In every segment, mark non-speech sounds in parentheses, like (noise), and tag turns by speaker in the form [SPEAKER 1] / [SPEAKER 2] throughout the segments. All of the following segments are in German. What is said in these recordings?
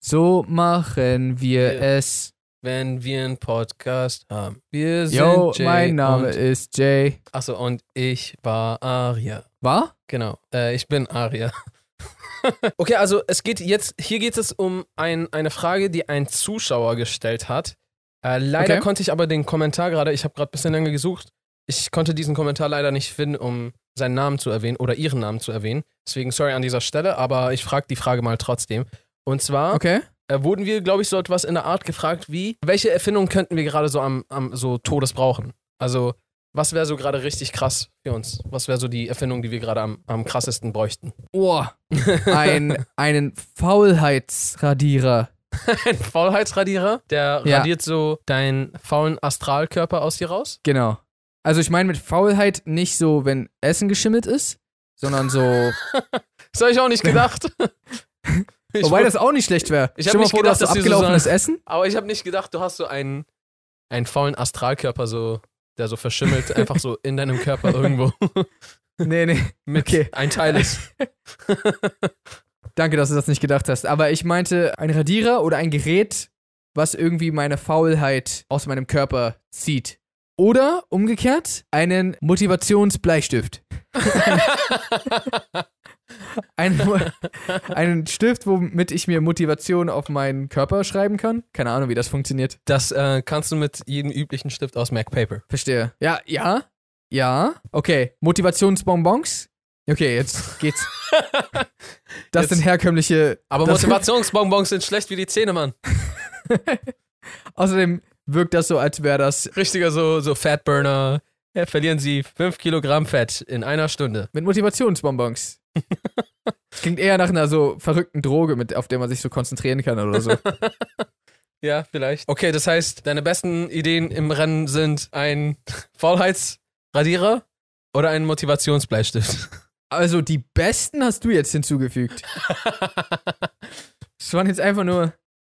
[SPEAKER 1] So machen wir
[SPEAKER 2] Ja.
[SPEAKER 1] es.
[SPEAKER 2] Wenn wir einen Podcast haben. Wir sind
[SPEAKER 1] Yo,
[SPEAKER 2] Jay
[SPEAKER 1] mein Name
[SPEAKER 2] und,
[SPEAKER 1] ist Jay.
[SPEAKER 2] Achso, und ich war Aria.
[SPEAKER 1] War?
[SPEAKER 2] Genau. Äh, ich bin Aria. (laughs) okay, also es geht jetzt, hier geht es um ein, eine Frage, die ein Zuschauer gestellt hat. Äh, leider
[SPEAKER 1] Okay.
[SPEAKER 2] konnte ich aber den Kommentar gerade, ich habe gerade ein bisschen lange gesucht, ich konnte diesen Kommentar leider nicht finden, um seinen Namen zu erwähnen oder ihren Namen zu erwähnen. Deswegen sorry an dieser Stelle, aber ich frage die Frage mal trotzdem. Und zwar
[SPEAKER 1] Okay.
[SPEAKER 2] äh, wurden wir, glaube ich, so etwas in der Art gefragt wie, welche Erfindung könnten wir gerade so am, am so Todes brauchen? Also, was wäre so gerade richtig krass für uns? Was wäre so die Erfindung, die wir gerade am, am krassesten bräuchten? (laughs)
[SPEAKER 1] Boah. Ein, einen Faulheitsradierer.
[SPEAKER 2] Ein Faulheitsradierer, der
[SPEAKER 1] Ja.
[SPEAKER 2] radiert so deinen faulen Astralkörper aus dir raus?
[SPEAKER 1] Genau. Also ich meine mit Faulheit nicht so, wenn Essen geschimmelt ist, sondern so.
[SPEAKER 2] Das habe ich auch
[SPEAKER 1] (laughs)
[SPEAKER 2] nicht gedacht. (laughs) Ich
[SPEAKER 1] Wobei
[SPEAKER 2] wus-
[SPEAKER 1] das auch nicht schlecht wäre.
[SPEAKER 2] Ich hab
[SPEAKER 1] Stell mal
[SPEAKER 2] nicht
[SPEAKER 1] vor, du hast so
[SPEAKER 2] gedacht, dass die so
[SPEAKER 1] abgelaufenes Essen.
[SPEAKER 2] aber ich habe nicht gedacht, du hast so einen, einen faulen Astralkörper, so, der so verschimmelt, einfach so in deinem Körper irgendwo.
[SPEAKER 1] Nee, nee.
[SPEAKER 2] Mit
[SPEAKER 1] (laughs) Okay.
[SPEAKER 2] ein Teil
[SPEAKER 1] (laughs)
[SPEAKER 2] ist.
[SPEAKER 1] Danke, dass du das nicht gedacht hast. Aber ich meinte ein Radierer oder ein Gerät, was irgendwie meine Faulheit aus meinem Körper zieht. Oder umgekehrt einen
[SPEAKER 2] (laughs)
[SPEAKER 1] Motivationsbleistift. Ein, Mo- einen Stift, womit ich mir Motivation auf meinen Körper schreiben kann. Keine Ahnung, wie das funktioniert.
[SPEAKER 2] Das äh, kannst du mit jedem üblichen Stift aus Mac Paper.
[SPEAKER 1] Verstehe. Ja, ja, ja. Okay, Motivationsbonbons. Okay, jetzt
[SPEAKER 2] (laughs)
[SPEAKER 1] geht's. Das
[SPEAKER 2] Jetzt-
[SPEAKER 1] sind herkömmliche.
[SPEAKER 2] Aber
[SPEAKER 1] das,
[SPEAKER 2] Motivationsbonbons sind schlecht wie die Zähne, Mann.
[SPEAKER 1] Außerdem wirkt das so, als wäre das
[SPEAKER 2] Richtiger so, so Fatburner. Ja, verlieren Sie 5 Kilogramm Fett in einer Stunde.
[SPEAKER 1] mit (laughs) Motivationsbonbons. Das klingt eher nach einer so verrückten Droge, mit, auf der man sich so konzentrieren kann oder (laughs) so.
[SPEAKER 2] Ja, vielleicht. Okay, das heißt, deine besten Ideen im Rennen sind ein Faulheitsradierer oder ein Motivationsbleistift.
[SPEAKER 1] Also die besten hast du jetzt hinzugefügt. Das waren jetzt einfach nur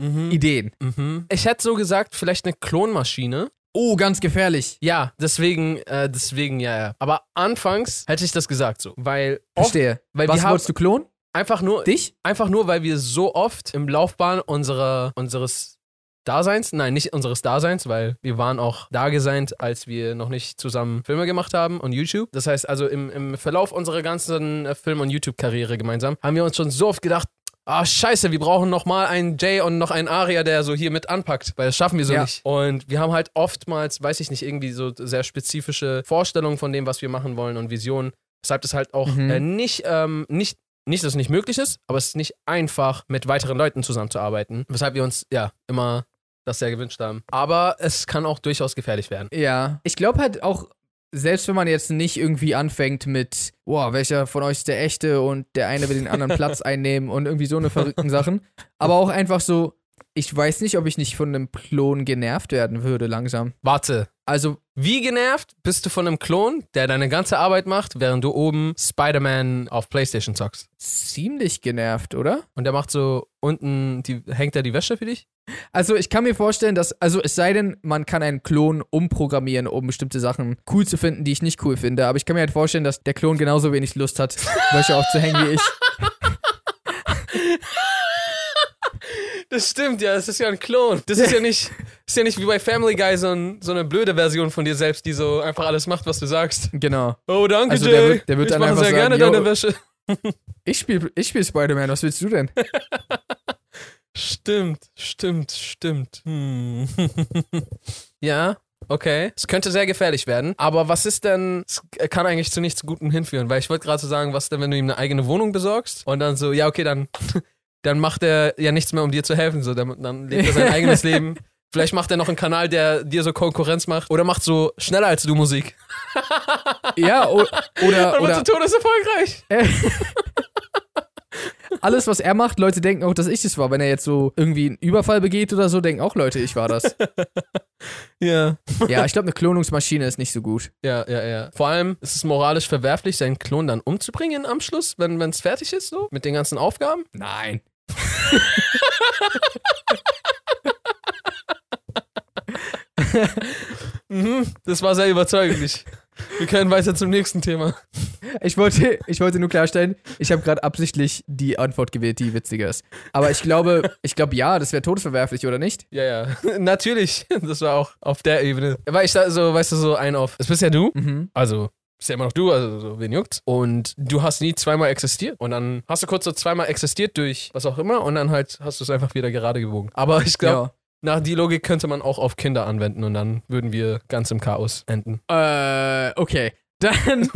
[SPEAKER 2] Mhm.
[SPEAKER 1] Ideen.
[SPEAKER 2] Mhm. Ich hätte so gesagt, vielleicht eine Klonmaschine.
[SPEAKER 1] Oh, ganz gefährlich.
[SPEAKER 2] Ja, deswegen, äh, deswegen, ja, ja. Aber anfangs hätte ich das gesagt so, weil oft
[SPEAKER 1] Verstehe.
[SPEAKER 2] weil
[SPEAKER 1] Was
[SPEAKER 2] wir haben-
[SPEAKER 1] wolltest du klonen?
[SPEAKER 2] einfach nur
[SPEAKER 1] Dich?
[SPEAKER 2] Einfach nur, weil wir so oft im Laufbahn unserer, unseres Daseins, nein, nicht unseres Daseins, weil wir waren auch da geseint, als wir noch nicht zusammen Filme gemacht haben und YouTube. Das heißt also, im, im Verlauf unserer ganzen äh, Film- und YouTube-Karriere gemeinsam haben wir uns schon so oft gedacht, Ah, scheiße, wir brauchen nochmal einen Jay und noch einen Aria, der so hier mit anpackt, weil das schaffen wir so
[SPEAKER 1] Ja.
[SPEAKER 2] nicht. Und wir haben halt oftmals, weiß ich nicht, irgendwie so sehr spezifische Vorstellungen von dem, was wir machen wollen und Visionen, weshalb das halt auch
[SPEAKER 1] Mhm.
[SPEAKER 2] äh, nicht, ähm, nicht nicht, dass es nicht möglich ist, aber es ist nicht einfach, mit weiteren Leuten zusammenzuarbeiten, weshalb wir uns ja immer das sehr gewünscht haben. Aber es kann auch durchaus gefährlich werden.
[SPEAKER 1] Ja. Ich glaube halt auch, selbst wenn man jetzt nicht irgendwie anfängt mit, boah, welcher von euch ist der echte und der eine will den anderen Platz einnehmen und irgendwie so eine verrückten Sachen, aber auch einfach so, ich weiß nicht, ob ich nicht von einem Klon genervt werden würde langsam.
[SPEAKER 2] Warte,
[SPEAKER 1] Also,
[SPEAKER 2] wie genervt bist du von einem Klon, der deine ganze Arbeit macht, während du oben Spider-Man auf PlayStation zockst?
[SPEAKER 1] ziemlich genervt, oder?
[SPEAKER 2] Und der macht so unten, die, hängt er die Wäsche für dich?
[SPEAKER 1] Also ich kann mir vorstellen, dass, also es sei denn, man kann einen Klon umprogrammieren, um bestimmte Sachen cool zu finden, die ich nicht cool finde. Aber ich kann mir halt vorstellen, dass der Klon genauso wenig Lust hat, (laughs) Wäsche aufzuhängen wie ich.
[SPEAKER 2] Das stimmt ja, das ist ja ein Klon. Das ist ja nicht, ist ja nicht wie bei Family Guy so, ein, so eine blöde Version von dir selbst, die so einfach alles macht, was du sagst.
[SPEAKER 1] Genau.
[SPEAKER 2] Oh, danke,
[SPEAKER 1] Also
[SPEAKER 2] Jay.
[SPEAKER 1] der wird- der wird
[SPEAKER 2] ich
[SPEAKER 1] dann
[SPEAKER 2] mache
[SPEAKER 1] einfach
[SPEAKER 2] sehr
[SPEAKER 1] sagen,
[SPEAKER 2] gerne
[SPEAKER 1] yo.
[SPEAKER 2] deine Wäsche.
[SPEAKER 1] Ich spiele ich spiel Spider-Man, was willst du denn?
[SPEAKER 2] Stimmt, stimmt, stimmt. Hm. (laughs) ja, okay. Es könnte sehr gefährlich werden. Aber was ist denn, es kann eigentlich zu nichts Gutem hinführen, weil ich wollte gerade so sagen, was denn, wenn du ihm eine eigene Wohnung besorgst und dann so, ja, okay, dann, (laughs) dann macht er ja nichts mehr, um dir zu helfen. So, dann, dann lebt er (laughs) sein eigenes Leben. Vielleicht macht er noch einen Kanal, der dir so Konkurrenz macht oder macht so schneller als du Musik.
[SPEAKER 1] Ja, o oder,
[SPEAKER 2] Dann wird
[SPEAKER 1] oder
[SPEAKER 2] zu Todes erfolgreich.
[SPEAKER 1] alles, was er macht, Leute denken auch, dass ich es war. Wenn er jetzt so irgendwie einen Überfall begeht oder so, denken auch Leute, ich war
[SPEAKER 2] (laughs)
[SPEAKER 1] das.
[SPEAKER 2] Ja.
[SPEAKER 1] Ja, ich glaube, eine Klonungsmaschine ist nicht so gut.
[SPEAKER 2] Ja, ja, ja. Vor allem ist es moralisch verwerflich, seinen Klon dann umzubringen am Schluss, wenn es fertig ist, so, mit den ganzen Aufgaben.
[SPEAKER 1] Nein.
[SPEAKER 2] Mhm, das war sehr überzeugend. Wir können weiter zum nächsten Thema.
[SPEAKER 1] Ich wollte, ich wollte nur klarstellen, ich habe gerade absichtlich die Antwort gewählt, die witziger ist. Aber ich glaube, ich glaube ja, das wäre todesverwerflich, oder nicht?
[SPEAKER 2] Ja, ja. (laughs) Natürlich. Das war auch auf der Ebene. Weil ich da so, weißt du, so ein auf. Es bist ja du.
[SPEAKER 1] Mhm.
[SPEAKER 2] Also. Ist ja immer noch du, also so, wen juckt's? Und du hast nie zweimal existiert. Und dann hast du kurz so zweimal existiert durch was auch immer und dann halt hast du es einfach wieder gerade gewogen. Aber ich glaube, nach die Logik könnte man auch auf Kinder anwenden und dann würden wir ganz im Chaos enden.
[SPEAKER 1] ja. Äh, okay. Dann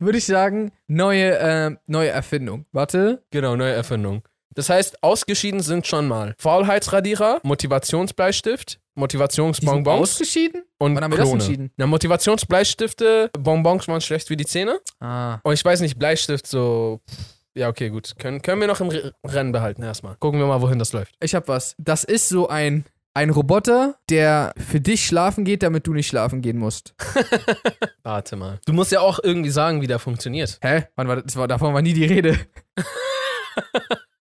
[SPEAKER 1] würde ich sagen, neue, ähm, neue Erfindung. Warte.
[SPEAKER 2] Genau, neue Erfindung. Das heißt, ausgeschieden sind schon mal Faulheitsradierer, Motivationsbleistift,
[SPEAKER 1] Die sind
[SPEAKER 2] Motivationsbonbons
[SPEAKER 1] ausgeschieden?
[SPEAKER 2] und
[SPEAKER 1] Wann haben wir das
[SPEAKER 2] Klone.
[SPEAKER 1] entschieden?
[SPEAKER 2] Na, Motivationsbleistifte, Bonbons waren schlecht wie die Zähne.
[SPEAKER 1] Ah.
[SPEAKER 2] Und ich weiß nicht, Bleistift so. pff, Ja, okay, gut. Können, können wir noch im Re- Rennen behalten erstmal. Gucken wir mal, wohin das läuft.
[SPEAKER 1] Ich hab was. Das ist so ein, ein Roboter, der für dich schlafen geht, damit du nicht schlafen gehen musst.
[SPEAKER 2] Warte mal. Du musst ja auch irgendwie sagen, wie der funktioniert.
[SPEAKER 1] Hä? Wann war das? das war, davon war nie die Rede.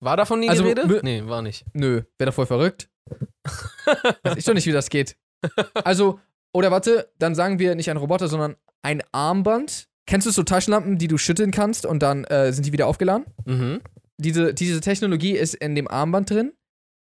[SPEAKER 2] War davon nie
[SPEAKER 1] Also,
[SPEAKER 2] die Rede?
[SPEAKER 1] mü-
[SPEAKER 2] Nee, war nicht.
[SPEAKER 1] Nö, wäre doch voll verrückt. Weiß ich doch nicht, wie das geht. Also, oder warte, dann sagen wir nicht ein Roboter, sondern ein Armband. Kennst du so Taschenlampen, die du schütteln kannst und dann äh, sind die wieder aufgeladen?
[SPEAKER 2] Mhm.
[SPEAKER 1] Diese, diese Technologie ist in dem Armband drin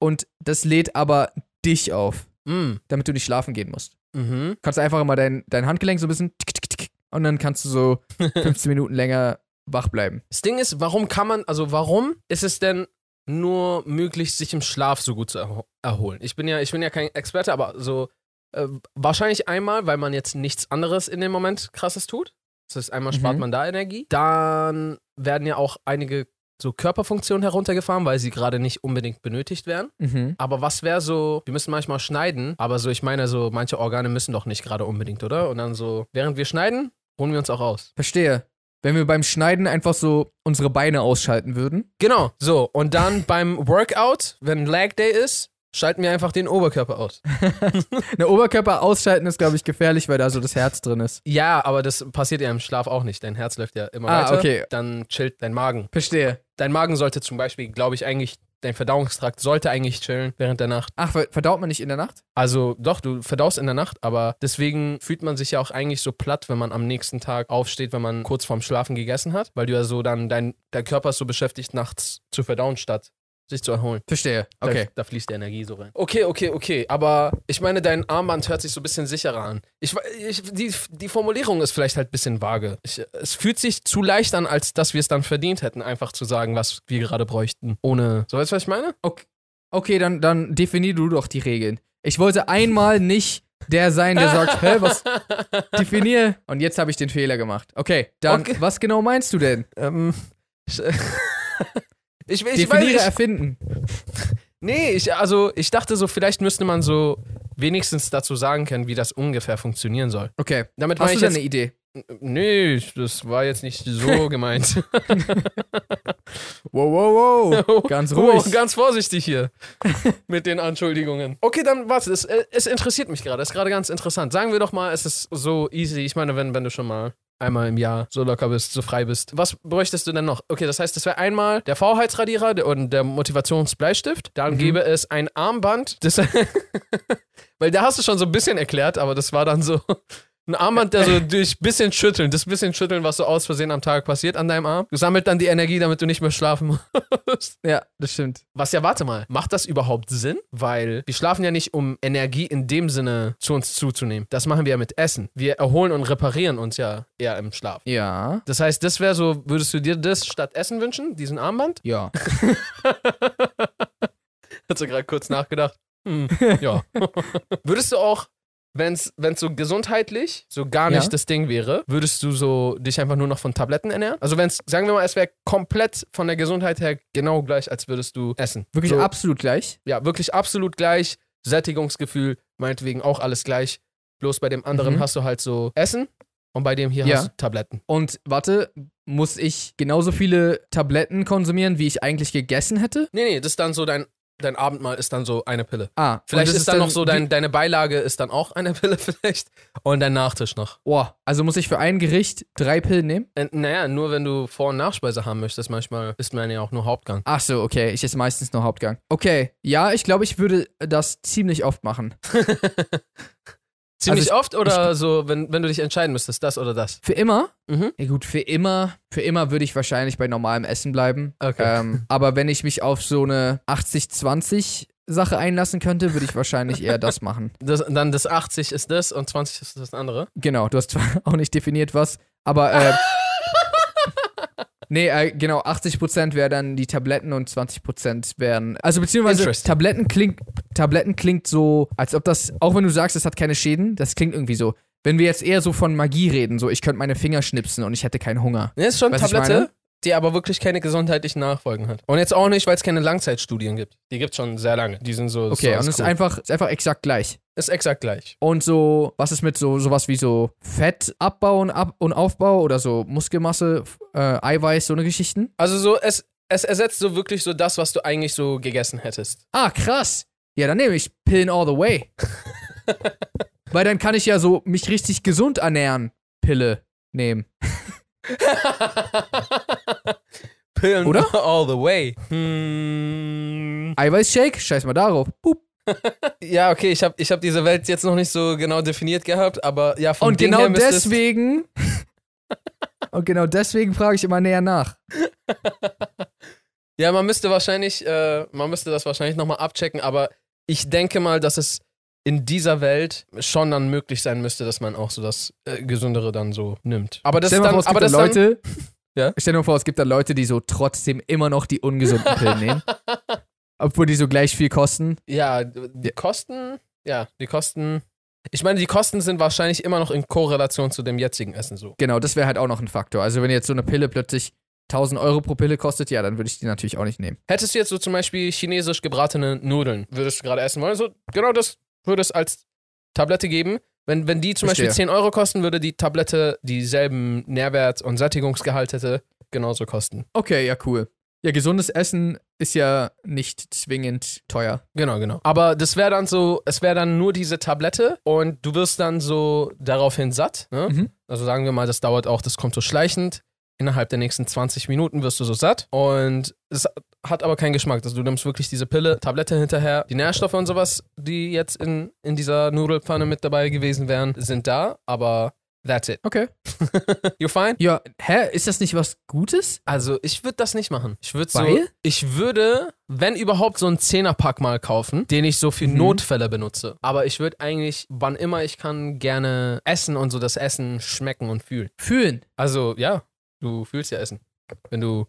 [SPEAKER 1] und das lädt aber dich auf,
[SPEAKER 2] Mhm.
[SPEAKER 1] damit du nicht schlafen gehen musst.
[SPEAKER 2] Mhm.
[SPEAKER 1] kannst du einfach immer dein, dein Handgelenk so ein bisschen tick, tick, tick, und dann kannst du
[SPEAKER 2] (laughs)
[SPEAKER 1] so 15 Minuten länger wach bleiben.
[SPEAKER 2] Das Ding ist, warum kann man, also warum ist es denn nur möglich, sich im Schlaf so gut zu erho erholen? Ich bin ja, ich bin ja kein Experte, aber so äh, wahrscheinlich einmal, weil man jetzt nichts anderes in dem Moment krasses tut. Das heißt, einmal spart
[SPEAKER 1] Mhm.
[SPEAKER 2] man da Energie. Dann werden ja auch einige so Körperfunktionen heruntergefahren, weil sie gerade nicht unbedingt benötigt werden.
[SPEAKER 1] Mhm.
[SPEAKER 2] Aber was wäre so, wir müssen manchmal schneiden, aber so, ich meine, so manche Organe müssen doch nicht gerade unbedingt, oder? Und dann so, während wir schneiden, ruhen wir uns auch aus.
[SPEAKER 1] Verstehe. Wenn wir beim Schneiden einfach so unsere Beine ausschalten würden.
[SPEAKER 2] Genau, so. Und dann beim Workout, wenn Lag Day ist, schalten wir einfach den Oberkörper aus.
[SPEAKER 1] Ne, Oberkörper ausschalten ist, glaube ich, gefährlich, weil da so das Herz drin ist.
[SPEAKER 2] Ja, aber das passiert ja im Schlaf auch nicht. Dein Herz läuft ja immer
[SPEAKER 1] Ah,
[SPEAKER 2] weiter.
[SPEAKER 1] okay.
[SPEAKER 2] Dann chillt dein Magen.
[SPEAKER 1] Verstehe.
[SPEAKER 2] Dein Magen sollte zum Beispiel, glaube ich, eigentlich, dein Verdauungstrakt sollte eigentlich chillen während der Nacht.
[SPEAKER 1] Ach, ver- verdaut man nicht in der Nacht?
[SPEAKER 2] Also doch, du verdaust in der Nacht, aber deswegen fühlt man sich ja auch eigentlich so platt, wenn man am nächsten Tag aufsteht, wenn man kurz vorm Schlafen gegessen hat, weil du ja so dann, dein, dein Körper ist so beschäftigt, nachts zu verdauen, statt sich zu erholen.
[SPEAKER 1] Verstehe. Okay.
[SPEAKER 2] Da, da fließt die Energie so rein. Okay, okay, okay. Aber ich meine, dein Armband hört sich so ein bisschen sicherer an. Ich, we- ich, die, die Formulierung ist vielleicht halt ein bisschen vage. Ich, es fühlt sich zu leicht an, als dass wir es dann verdient hätten, einfach zu sagen, was wir gerade bräuchten. Ohne. So, weißt du, was ich meine?
[SPEAKER 1] Okay, okay dann, dann definier du doch die Regeln. Ich wollte einmal nicht der sein, der sagt, hä,
[SPEAKER 2] (laughs)
[SPEAKER 1] was definier? Und jetzt habe ich den Fehler gemacht. Okay, dann,
[SPEAKER 2] Okay.
[SPEAKER 1] was genau meinst du denn?
[SPEAKER 2] Ähm. Ich, (laughs) ich, ich weiß
[SPEAKER 1] Definiere
[SPEAKER 2] nicht.
[SPEAKER 1] erfinden.
[SPEAKER 2] Nee, ich, also ich dachte so, vielleicht müsste man so wenigstens dazu sagen können, wie das ungefähr funktionieren soll.
[SPEAKER 1] Okay.
[SPEAKER 2] Damit meine
[SPEAKER 1] Hast
[SPEAKER 2] ich
[SPEAKER 1] du da
[SPEAKER 2] jetzt
[SPEAKER 1] eine Idee?
[SPEAKER 2] Nee, ich- das war jetzt nicht so (laughs) gemeint.
[SPEAKER 1] Wow, wow, wow. Ganz ruhig.
[SPEAKER 2] (laughs) Oh, ganz vorsichtig hier (laughs) mit den Anschuldigungen. Okay, dann was? Es, äh, es interessiert mich gerade. Es ist gerade ganz interessant. Sagen wir doch mal, es ist so easy. Ich meine, wenn, wenn du schon mal einmal im Jahr so locker bist, so frei bist. Was bräuchtest du denn noch? Okay, das heißt, es wäre einmal der Faulheitsradierer der- und der Motivationsbleistift. Dann
[SPEAKER 1] Mhm.
[SPEAKER 2] gäbe es ein Armband. Das, (laughs) weil da hast du schon so ein bisschen erklärt, aber das war dann so... (laughs) Ein Armband, der
[SPEAKER 1] (laughs)
[SPEAKER 2] so durch bisschen schütteln, das bisschen schütteln, was so aus Versehen am Tag passiert an deinem Arm, sammelt dann die Energie, damit du nicht mehr schlafen musst.
[SPEAKER 1] ja, das stimmt.
[SPEAKER 2] Was ja, warte mal, macht das überhaupt Sinn? Weil wir schlafen ja nicht, um Energie in dem Sinne zu uns zuzunehmen. Das machen wir ja mit Essen. Wir erholen und reparieren uns ja eher im Schlaf.
[SPEAKER 1] Ja.
[SPEAKER 2] Das heißt, das wäre so, würdest du dir das statt Essen wünschen, diesen (laughs) Armband?
[SPEAKER 1] Ja.
[SPEAKER 2] Hast du gerade kurz nachgedacht? Hm, ja. (laughs) würdest du auch, wenn es so gesundheitlich so gar
[SPEAKER 1] Ja.
[SPEAKER 2] nicht das Ding wäre, würdest du so dich einfach nur noch von Tabletten ernähren? Also wenn es, sagen wir mal, es wäre komplett von der Gesundheit her genau gleich, als würdest du essen.
[SPEAKER 1] Wirklich
[SPEAKER 2] so,
[SPEAKER 1] absolut gleich.
[SPEAKER 2] ja, wirklich absolut gleich. Sättigungsgefühl, meinetwegen auch alles gleich. Bloß bei dem anderen
[SPEAKER 1] Mhm.
[SPEAKER 2] hast du halt so Essen und bei dem hier
[SPEAKER 1] Ja.
[SPEAKER 2] hast du Tabletten.
[SPEAKER 1] Und warte, muss ich genauso viele Tabletten konsumieren, wie ich eigentlich gegessen hätte?
[SPEAKER 2] Nee, nee, das ist dann so dein, dein Abendmahl ist dann so eine Pille.
[SPEAKER 1] Ah,
[SPEAKER 2] Vielleicht
[SPEAKER 1] und
[SPEAKER 2] ist,
[SPEAKER 1] das
[SPEAKER 2] dann, noch so dein, deine Beilage ist dann auch eine (laughs) Pille vielleicht und dein Nachtisch noch.
[SPEAKER 1] Oh, also muss ich für ein Gericht drei Pillen nehmen?
[SPEAKER 2] Und, Äh, naja, nur wenn du Vor- und Nachspeise haben möchtest, manchmal isst man ja auch nur Hauptgang.
[SPEAKER 1] Ach so, okay. Ich esse meistens nur Hauptgang. Okay. Ja, ich glaube, ich würde das ziemlich oft machen.
[SPEAKER 2] (laughs) Ziemlich
[SPEAKER 1] ich-
[SPEAKER 2] oft oder so, wenn, wenn du dich entscheiden müsstest, das oder das?
[SPEAKER 1] Also Für immer?
[SPEAKER 2] Mhm.
[SPEAKER 1] Ja gut, für immer, für immer würde ich wahrscheinlich bei normalem Essen bleiben.
[SPEAKER 2] Okay.
[SPEAKER 1] Ähm, aber wenn ich mich auf so eine 80-20 Sache einlassen könnte, würde ich wahrscheinlich eher das
[SPEAKER 2] (laughs)
[SPEAKER 1] machen.
[SPEAKER 2] Das, dann das 80 ist das und 20 ist das andere.
[SPEAKER 1] Genau, du hast zwar auch nicht definiert, was, aber
[SPEAKER 2] (laughs)
[SPEAKER 1] äh, Nee, äh, genau, 80% wäre dann die Tabletten und 20% wären. Also beziehungsweise
[SPEAKER 2] Interesting.
[SPEAKER 1] Tabletten klingt, Tabletten klingt so, als ob das, auch wenn du sagst, es hat keine Schäden, das klingt irgendwie so. Wenn wir jetzt eher so von Magie reden, so ich könnte meine Finger schnipsen und ich hätte keinen Hunger.
[SPEAKER 2] Ne, ist schon
[SPEAKER 1] Weißt du, was ich
[SPEAKER 2] Tablette,
[SPEAKER 1] meine?
[SPEAKER 2] die aber wirklich keine gesundheitlichen Nachfolgen hat. Und jetzt auch nicht, weil es keine Langzeitstudien gibt. Die gibt es schon sehr lange. Die sind so.
[SPEAKER 1] Okay,
[SPEAKER 2] so
[SPEAKER 1] und es ist
[SPEAKER 2] cool.
[SPEAKER 1] einfach, ist einfach exakt gleich.
[SPEAKER 2] ist exakt gleich.
[SPEAKER 1] Und so, was ist mit so sowas wie so Fettabbau und, ab und Aufbau oder so Muskelmasse, f- äh, Eiweiß, so eine Geschichten?
[SPEAKER 2] Also so, es, es ersetzt so wirklich so das, was du eigentlich so gegessen hättest.
[SPEAKER 1] Ah, krass. Ja, dann nehme ich Pillen all the
[SPEAKER 2] (laughs)
[SPEAKER 1] way. Weil dann kann ich ja so mich richtig gesund ernähren. Pille nehmen.
[SPEAKER 2] Pillen
[SPEAKER 1] Oder?
[SPEAKER 2] (laughs) all the way. Hm.
[SPEAKER 1] Eiweißshake? Scheiß mal darauf. Boop.
[SPEAKER 2] Ja, okay, ich habe ich hab diese Welt jetzt noch nicht so genau definiert gehabt, aber ja, von
[SPEAKER 1] Und
[SPEAKER 2] Ding
[SPEAKER 1] genau
[SPEAKER 2] her müsste es-
[SPEAKER 1] deswegen. (laughs) und genau deswegen frage ich immer näher nach.
[SPEAKER 2] Ja, man müsste wahrscheinlich, äh, man müsste das wahrscheinlich nochmal abchecken, aber ich denke mal, dass es in dieser Welt schon dann möglich sein müsste, dass man auch so das äh, Gesündere dann so nimmt. Aber das
[SPEAKER 1] stell
[SPEAKER 2] ist
[SPEAKER 1] dir mal
[SPEAKER 2] dann,
[SPEAKER 1] vor, es
[SPEAKER 2] aber
[SPEAKER 1] gibt da
[SPEAKER 2] das dann,
[SPEAKER 1] Leute.
[SPEAKER 2] Ja?
[SPEAKER 1] Stell dir mal vor, es gibt da Leute, die so trotzdem immer noch die (laughs) ungesunden Pillen nehmen. Obwohl die so gleich viel kosten.
[SPEAKER 2] ja, die Kosten, ja, die Kosten. Ich meine, die Kosten sind wahrscheinlich immer noch in Korrelation zu dem jetzigen Essen so.
[SPEAKER 1] Genau, das wäre halt auch noch ein Faktor. Also wenn jetzt so eine Pille plötzlich 1000 Euro pro Pille kostet, ja, dann würde ich die natürlich auch nicht nehmen.
[SPEAKER 2] Hättest du jetzt so zum Beispiel chinesisch gebratene Nudeln, würdest du gerade essen wollen? So, genau das würde es als Tablette geben. Wenn, wenn die zum
[SPEAKER 1] Verstehe.
[SPEAKER 2] Beispiel 10 Euro kosten, würde die Tablette dieselben Nährwert und Sättigungsgehalt hätte, genauso kosten.
[SPEAKER 1] Okay, ja, cool. Ja, gesundes Essen ist ja nicht zwingend teuer.
[SPEAKER 2] Genau, genau. Aber das wäre dann so, es wäre dann nur diese Tablette und du wirst dann so daraufhin satt. Ne?
[SPEAKER 1] Mhm.
[SPEAKER 2] Also sagen wir mal, das dauert auch, das kommt so schleichend. Innerhalb der nächsten 20 Minuten wirst du so satt und es hat aber keinen Geschmack. Also du nimmst wirklich diese Pille, Tablette hinterher. Die Nährstoffe und sowas, die jetzt in, in dieser Nudelpfanne mit dabei gewesen wären, sind da, aber that's it.
[SPEAKER 1] Okay.
[SPEAKER 2] (laughs) You fine?
[SPEAKER 1] Ja, hä? Ist das nicht was Gutes?
[SPEAKER 2] Also ich würde das nicht machen. Ich würde so,
[SPEAKER 1] Weil?
[SPEAKER 2] ich würde, wenn überhaupt, so einen Zehnerpack mal kaufen, den ich so für
[SPEAKER 1] Mhm.
[SPEAKER 2] Notfälle benutze. Aber ich würde eigentlich, wann immer ich kann, gerne essen und so das Essen schmecken und fühlen.
[SPEAKER 1] Fühlen.
[SPEAKER 2] Also ja, du fühlst ja Essen, wenn du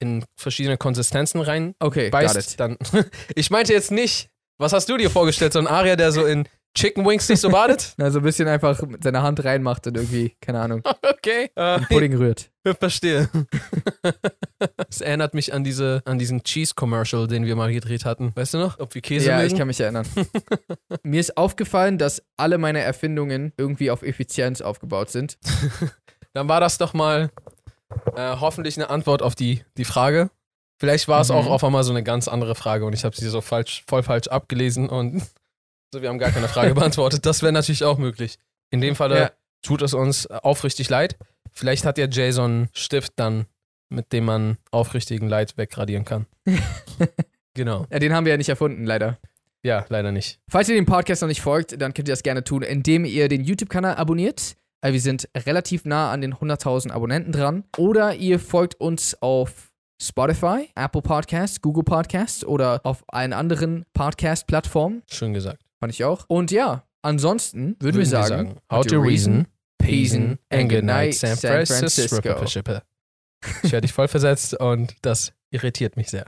[SPEAKER 2] in verschiedene Konsistenzen reinbeißt.
[SPEAKER 1] Okay,
[SPEAKER 2] Dann. (laughs) ich meinte jetzt nicht, was hast du dir vorgestellt, so ein Aria, der so in Chicken Wings sich so
[SPEAKER 1] (laughs)
[SPEAKER 2] badet?
[SPEAKER 1] Also ein bisschen einfach mit seiner Hand reinmacht und irgendwie, keine (laughs) Ahnung,
[SPEAKER 2] Okay. Äh,
[SPEAKER 1] Pudding rührt. (laughs)
[SPEAKER 2] ich verstehe. (laughs) Es erinnert mich an, diese, an diesen Cheese-Commercial, den wir mal gedreht hatten. Weißt du noch? Ob wir Käse
[SPEAKER 1] Ja,
[SPEAKER 2] mögen?
[SPEAKER 1] ich kann mich
[SPEAKER 2] (laughs)
[SPEAKER 1] erinnern. Mir ist aufgefallen, dass alle meine Erfindungen irgendwie auf Effizienz aufgebaut sind.
[SPEAKER 2] Dann war das doch mal äh, hoffentlich eine Antwort auf die, die Frage. Vielleicht war es
[SPEAKER 1] Mhm.
[SPEAKER 2] auch auf einmal so eine ganz andere Frage und ich habe sie so falsch, voll falsch abgelesen und (laughs) so, wir haben gar
[SPEAKER 1] (laughs)
[SPEAKER 2] keine Frage beantwortet. Das wäre natürlich auch möglich. In dem Falle
[SPEAKER 1] Ja.
[SPEAKER 2] tut es uns aufrichtig leid. Vielleicht hat ja Jason Stift dann, mit dem man aufrichtigen Leid
[SPEAKER 1] (laughs)
[SPEAKER 2] wegradieren kann. genau.
[SPEAKER 1] Ja, den haben wir ja nicht erfunden, leider.
[SPEAKER 2] Ja, leider nicht.
[SPEAKER 1] Falls ihr dem Podcast noch nicht folgt, dann könnt ihr das gerne tun, indem ihr den YouTube-Kanal abonniert. Äh, Wir sind relativ nah an den 100.000 Abonnenten dran. Oder ihr folgt uns auf Spotify, Apple Podcasts, Google Podcasts oder auf allen anderen Podcast-Plattformen.
[SPEAKER 2] Schön gesagt.
[SPEAKER 1] Fand ich auch. Und ja, ansonsten würden wir sagen,
[SPEAKER 2] how to reason, peasen, and good night, San
[SPEAKER 1] San
[SPEAKER 2] Francisco.
[SPEAKER 1] Francisco.
[SPEAKER 2] Ich werde dich voll versetzt und das irritiert mich sehr.